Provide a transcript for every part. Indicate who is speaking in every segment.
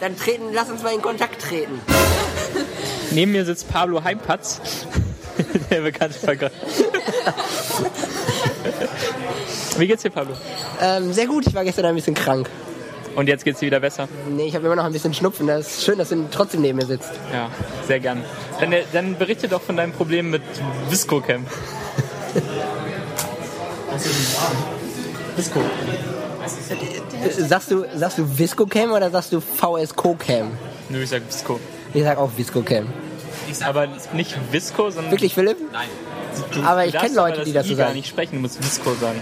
Speaker 1: Dann treten, lass uns mal in Kontakt treten.
Speaker 2: Neben mir sitzt Pablo Heimpatz, der bekannte Vergleich. Wie geht's dir, Pablo?
Speaker 1: Ähm, sehr gut, ich war gestern ein bisschen krank.
Speaker 2: Und jetzt geht's dir wieder besser?
Speaker 1: Nee, ich habe immer noch ein bisschen Schnupfen. Das ist schön, dass du trotzdem neben mir sitzt.
Speaker 2: Ja, sehr gern. Dann, dann berichte doch von deinem Problem mit Visco-Camp. Visco.
Speaker 1: Äh, Sagst du, sagst du Visco-Cam oder sagst du VSCO-Cam?
Speaker 2: Nö, ich sag Visco.
Speaker 1: Ich sag auch Visco-Cam.
Speaker 2: Aber nicht Visco, sondern...
Speaker 1: Wirklich, Philipp?
Speaker 2: Du
Speaker 1: Aber ich
Speaker 2: darfst
Speaker 1: kenn Leute,
Speaker 2: aber
Speaker 1: die das
Speaker 2: I
Speaker 1: so
Speaker 2: gar
Speaker 1: sagen.
Speaker 2: nicht sprechen, du musst Visco sagen.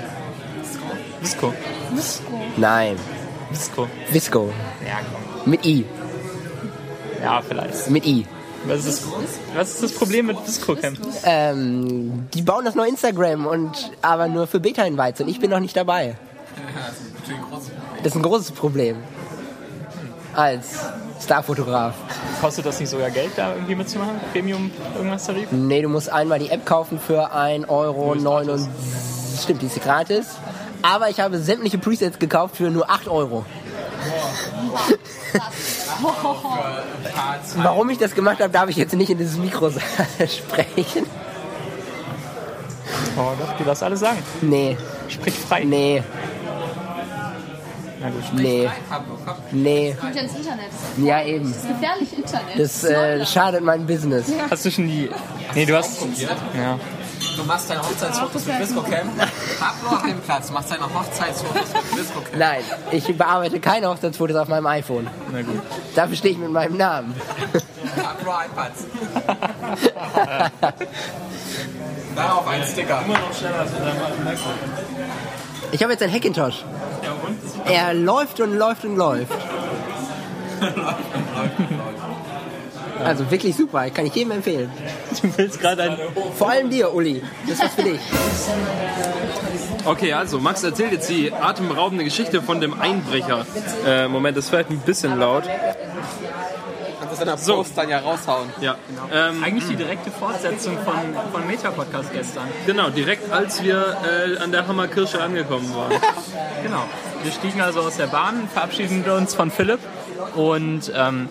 Speaker 2: Visco.
Speaker 1: Nein.
Speaker 2: Visco.
Speaker 1: Visco.
Speaker 2: Ja, komm.
Speaker 1: Mit I.
Speaker 2: Ja, vielleicht.
Speaker 1: Mit I.
Speaker 2: Was ist das, was ist das Problem mit Visco-Camp?
Speaker 1: Ähm, die bauen das neue Instagram und aber nur für Beta-Invites und ich bin noch nicht dabei. Das ist ein großes Problem. Als Starfotograf.
Speaker 2: Kostet das nicht sogar Geld, da irgendwie mitzumachen? Premium irgendwas Tarif?
Speaker 1: Nee, du musst einmal die App kaufen für 1,99 Euro.
Speaker 2: ist gratis.
Speaker 1: Stimmt, die ist gratis. Aber ich habe sämtliche Presets gekauft für nur 8 Euro. Warum ich das gemacht habe, darf ich jetzt nicht in dieses Mikro sprechen.
Speaker 2: Oh, doch, du darfst alles sagen.
Speaker 1: Nee,
Speaker 2: Sprich frei.
Speaker 1: nee,
Speaker 2: Na gut.
Speaker 1: nee, nee.
Speaker 3: Kommt ja ins Internet.
Speaker 1: Ja, eben.
Speaker 3: Das ist gefährlich Internet.
Speaker 1: Das äh, schadet meinem Business.
Speaker 2: Hast du schon die... Nee, du hast... Ja.
Speaker 4: Du machst deine Hochzeitsfotos mit Visco Camp. Pablo Heimplatz macht seine Hochzeitsfotos mit Visco Camp.
Speaker 1: Nein, ich bearbeite keine Hochzeitsfotos auf meinem iPhone.
Speaker 2: Na gut.
Speaker 1: Dafür stehe ich mit meinem Namen.
Speaker 4: Pablo Heimplatz. Darauf ein Sticker.
Speaker 1: Ich habe jetzt einen Hackintosh. Er läuft und läuft und läuft. Also wirklich super, kann ich jedem empfehlen.
Speaker 2: Du willst gerade ein...
Speaker 1: Vor allem dir, Uli. Das ist was für dich.
Speaker 5: Okay, also Max erzählt jetzt die atemberaubende Geschichte von dem Einbrecher. Äh, Moment, das war halt ein bisschen laut.
Speaker 4: Kannst das in der Post dann ja raushauen.
Speaker 5: Ja. Ähm,
Speaker 2: Eigentlich die direkte Fortsetzung von, von Meta-Podcast gestern.
Speaker 5: genau, direkt als wir äh, an der Hammerkirche angekommen waren.
Speaker 2: Genau. Wir stiegen also aus der Bahn, verabschieden uns von Philipp und ähm,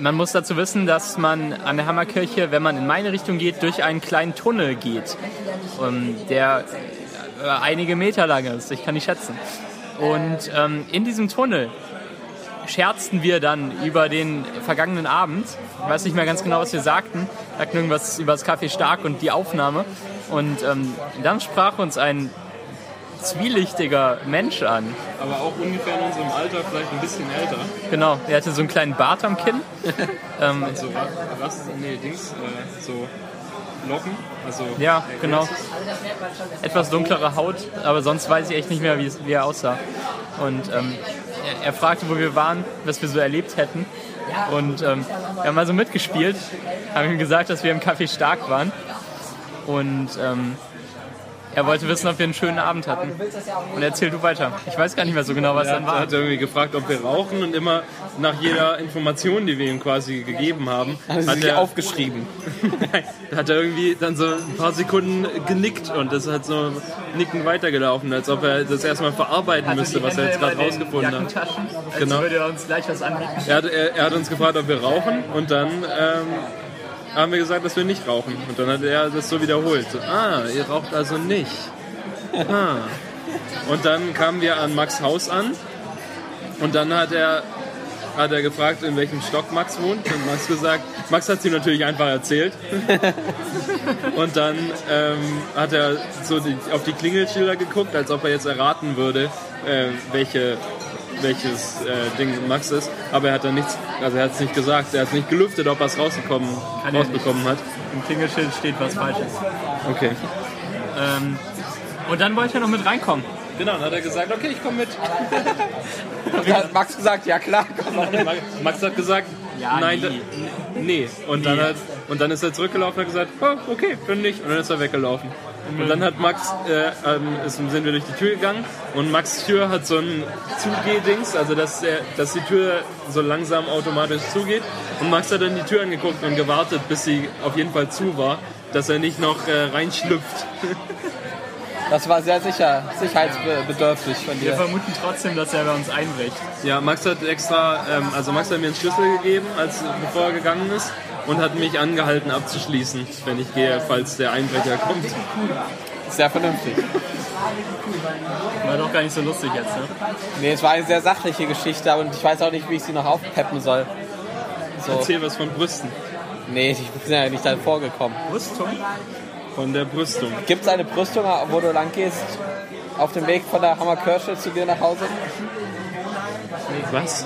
Speaker 2: man muss dazu wissen, dass man an der Hammerkirche, wenn man in meine Richtung geht, durch einen kleinen Tunnel geht, ähm, der äh, einige Meter lang ist. Ich kann nicht schätzen. Und ähm, in diesem Tunnel scherzten wir dann über den vergangenen Abend. Ich weiß nicht mehr ganz genau, was wir sagten. Wir sagten irgendwas über das Kaffee Stark und die Aufnahme. Und ähm, dann sprach uns ein zwielichtiger Mensch an.
Speaker 5: Aber auch ungefähr in unserem Alter, vielleicht ein bisschen älter.
Speaker 2: Genau, er hatte so einen kleinen Bart am Kinn. ähm,
Speaker 5: Also was? Nee, Dings, äh, so Locken. Also
Speaker 2: ja, genau. Etwas dunklere Haut, aber sonst weiß ich echt nicht mehr, wie, es, wie er aussah. Und ähm, er, er fragte, wo wir waren, was wir so erlebt hätten. Und ähm, wir haben also mitgespielt, haben ihm gesagt, dass wir im Café Stark waren. Und ähm, er wollte wissen, ob wir einen schönen Abend hatten. Und erzähl du weiter. Ich weiß gar nicht mehr so genau, was
Speaker 5: Er
Speaker 2: dann
Speaker 5: hat,
Speaker 2: war.
Speaker 5: hat irgendwie gefragt, ob wir rauchen und immer nach jeder Information, die wir ihm quasi gegeben haben, hat
Speaker 4: sich
Speaker 5: er,
Speaker 4: aufgeschrieben.
Speaker 5: hat er irgendwie dann so ein paar Sekunden genickt und das hat so nicken weitergelaufen, als ob er das erstmal verarbeiten
Speaker 2: Also
Speaker 5: müsste, was er jetzt gerade rausgefunden hat.
Speaker 2: Als
Speaker 5: Genau.
Speaker 2: würde er uns gleich was anbieten.
Speaker 5: Er hat, er, er hat uns gefragt, ob wir rauchen und dann ähm, haben wir gesagt, dass wir nicht rauchen. Und dann hat er das so wiederholt. So, ah, ihr raucht also nicht. Ah. Und dann kamen wir an Max Haus an und dann hat er, hat er gefragt, in welchem Stock Max wohnt. Und Max gesagt, Max hat es ihm natürlich einfach erzählt. Und dann ähm, hat er so die, auf die Klingelschilder geguckt, als ob er jetzt erraten würde, äh, welche, welches äh, Ding Max ist. Aber er hat dann nichts, also er hat es nicht gesagt, er hat es nicht gelüftet, ob er es rausgekommen,
Speaker 2: Kann er
Speaker 5: rausbekommen hat.
Speaker 2: Im Klingelschild steht was Falsches.
Speaker 5: Okay.
Speaker 2: Ähm, und dann wollte er noch mit reinkommen.
Speaker 5: Genau, dann hat er gesagt, okay, ich komme mit.
Speaker 4: Und dann hat Max gesagt, ja klar, komm mal.
Speaker 5: Max hat gesagt,
Speaker 2: Ja,
Speaker 5: nein,
Speaker 2: nie.
Speaker 5: da- nee. Und dann,
Speaker 2: Nee.
Speaker 5: hat, und dann ist er zurückgelaufen und hat gesagt, oh, okay, dann nicht. Und dann ist er weggelaufen.
Speaker 2: Mhm.
Speaker 5: Und dann hat Max, äh, ähm, ist, sind wir durch die Tür gegangen und Max Tür hat so ein Zugehdings, also dass, er, dass die Tür so langsam automatisch zugeht. Und Max hat dann die Tür angeguckt und gewartet, bis sie auf jeden Fall zu war, dass er nicht noch äh, reinschlüpft.
Speaker 4: Das war sehr sicher, sicherheitsbedürftig von
Speaker 2: Wir
Speaker 4: dir.
Speaker 2: vermuten trotzdem, dass er bei uns einbricht.
Speaker 5: Ja, Max hat extra, ähm, also Max hat mir einen Schlüssel gegeben, als bevor er gegangen ist und hat mich angehalten abzuschließen, wenn ich gehe, falls der Einbrecher kommt.
Speaker 4: Sehr vernünftig.
Speaker 2: War doch gar nicht so lustig jetzt, ne?
Speaker 4: Nee, es war eine sehr sachliche Geschichte aber ich weiß auch nicht, wie ich sie noch aufpeppen soll. So.
Speaker 5: Erzähl was von Brüsten,
Speaker 4: Nee, ich bin ja nicht dann vorgekommen.
Speaker 2: Brüstung?
Speaker 5: von der Brüstung.
Speaker 4: Gibt es eine Brüstung, wo du lang gehst? Auf dem Weg von der Hammerkirche zu dir nach Hause?
Speaker 5: Was?